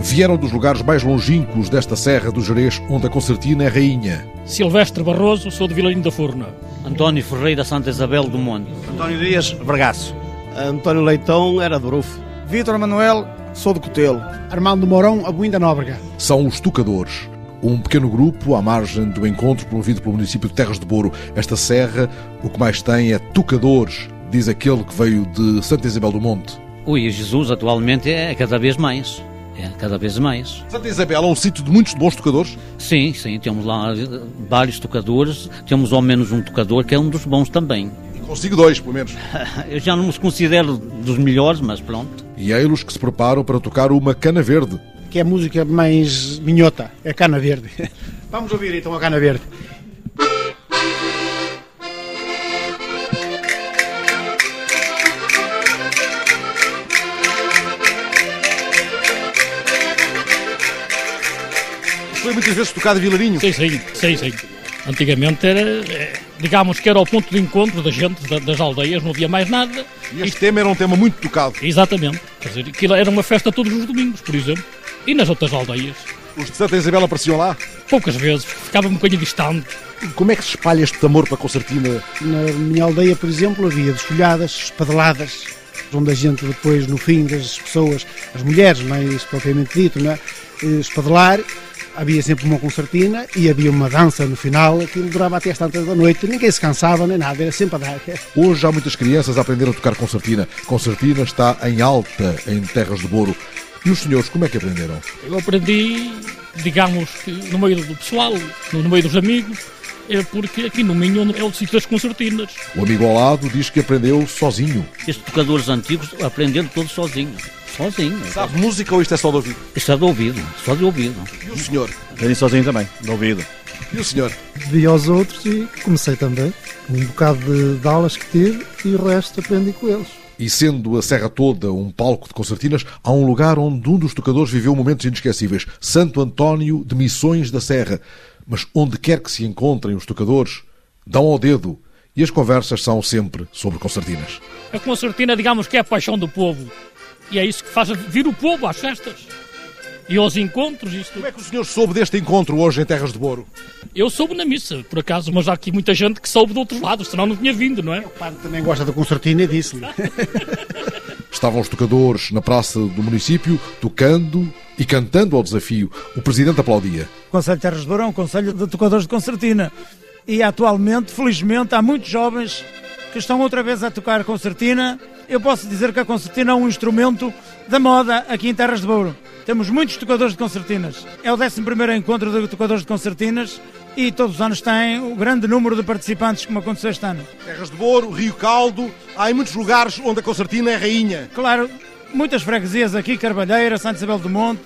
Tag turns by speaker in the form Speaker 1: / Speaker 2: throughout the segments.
Speaker 1: Vieram dos lugares mais longínquos desta Serra do Jerez, onde a concertina é rainha.
Speaker 2: Silvestre Barroso, sou de Vilarinho da Furna.
Speaker 3: António Ferreira Santa Isabel do Monte.
Speaker 4: António Dias, Vergaço.
Speaker 5: António Leitão era de Brufo.
Speaker 6: Vítor Manuel, sou de Cotelo.
Speaker 7: Armando Mourão, Abuinda Nóbrega.
Speaker 1: São os Tucadores, um pequeno grupo à margem do encontro promovido pelo município de Terras de Boro. Esta serra, o que mais tem é Tucadores, diz aquele que veio de Santa Isabel do Monte.
Speaker 3: Ui, Jesus atualmente é cada vez mais. É, cada vez mais.
Speaker 1: Santa Isabel é um sítio de muitos bons tocadores?
Speaker 3: Sim, sim, temos lá vários tocadores, temos ao menos um tocador que é um dos bons também.
Speaker 1: E consigo dois, pelo menos.
Speaker 3: Eu já não me considero dos melhores, mas pronto.
Speaker 1: E é eles que se preparam para tocar uma cana verde.
Speaker 7: Que é a música mais minhota, é cana verde. Vamos ouvir então a cana verde.
Speaker 1: Foi muitas vezes tocado Vilarinho?
Speaker 2: Sim, sim, sim, sim. Antigamente era, eh, digamos que era o ponto de encontro da gente, das aldeias, não havia mais nada.
Speaker 1: E este e... tema era um tema muito tocado.
Speaker 2: Exatamente. Quer dizer, aquilo era uma festa todos os domingos, por exemplo. E nas outras aldeias.
Speaker 1: Os de Santa Isabel apareciam lá?
Speaker 2: Poucas vezes, ficava um bocadinho distante.
Speaker 1: E como é que se espalha este amor para a concertina?
Speaker 7: Na minha aldeia, por exemplo, havia desfolhadas, espadeladas, onde a gente depois, no fim das pessoas, as mulheres, mais propriamente dito, não é? espadelar havia sempre uma concertina e havia uma dança no final, aquilo durava até as tantas da noite, ninguém se cansava nem nada, era sempre a dar.
Speaker 1: Hoje há muitas crianças a aprender a tocar concertina. Concertina está em alta em Terras de Boro. E os senhores, como é que aprenderam?
Speaker 2: Eu aprendi, digamos, no meio do pessoal, no meio dos amigos, é porque aqui no Minho é o sítio das concertinas.
Speaker 1: O amigo ao lado diz que aprendeu sozinho.
Speaker 3: Estes tocadores antigos aprenderam todos sozinhos. Sozinho.
Speaker 1: Sabe música ou isto é só de ouvido?
Speaker 3: Isto é de ouvido, só de ouvido.
Speaker 1: E o senhor?
Speaker 5: Aprendi sozinho também, de ouvido.
Speaker 1: E o senhor?
Speaker 8: Vi aos outros e comecei também. Um bocado de, de aulas que tive e o resto aprendi com eles.
Speaker 1: E sendo a Serra toda um palco de concertinas, há um lugar onde um dos tocadores viveu momentos inesquecíveis: Santo António de Missões da Serra. Mas onde quer que se encontrem os tocadores, dão ao dedo e as conversas são sempre sobre concertinas.
Speaker 2: A concertina, digamos que é a paixão do povo. E é isso que faz vir o povo às festas e aos encontros. Isto...
Speaker 1: Como é que o senhor soube deste encontro hoje em Terras de Boro?
Speaker 2: Eu soube na missa, por acaso, mas há aqui muita gente que soube de outros lados, senão não tinha vindo, não é?
Speaker 7: O padre também gosta da concertina e disse-lhe.
Speaker 1: Estavam os tocadores na praça do município, tocando e cantando ao desafio. O presidente aplaudia.
Speaker 9: O Conselho de Terras de Boro é um conselho de tocadores de concertina. E atualmente, felizmente, há muitos jovens que estão outra vez a tocar concertina. Eu posso dizer que a concertina é um instrumento da moda aqui em Terras de Bouro. Temos muitos tocadores de concertinas. É o 11º encontro de tocadores de concertinas e todos os anos tem o grande número de participantes como aconteceu este ano.
Speaker 1: Terras de Bouro, Rio Caldo, há em muitos lugares onde a concertina é rainha.
Speaker 9: Claro, muitas freguesias aqui, Carvalheira, Santa Isabel do Monte,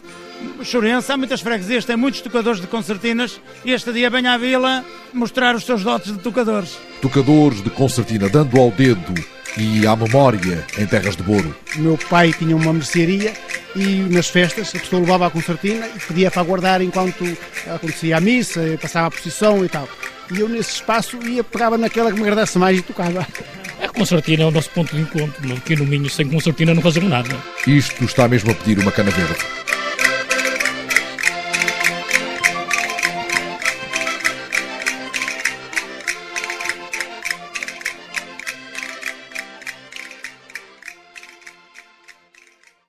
Speaker 9: Chorença, há muitas freguesias, tem muitos tocadores de concertinas e este dia venha à vila mostrar os seus dotes de tocadores.
Speaker 1: Tocadores de concertina, dando ao dedo e à memória em Terras de Boro.
Speaker 7: O meu pai tinha uma mercearia e nas festas a pessoa levava a concertina e pedia para guardar enquanto acontecia a missa, passava a procissão e tal. E eu nesse espaço ia, pegava naquela que me agradasse mais e tocava.
Speaker 2: A concertina é o nosso ponto de encontro. Aqui no Minho, sem concertina, não fazemos nada.
Speaker 1: Isto está mesmo a pedir uma cana verde.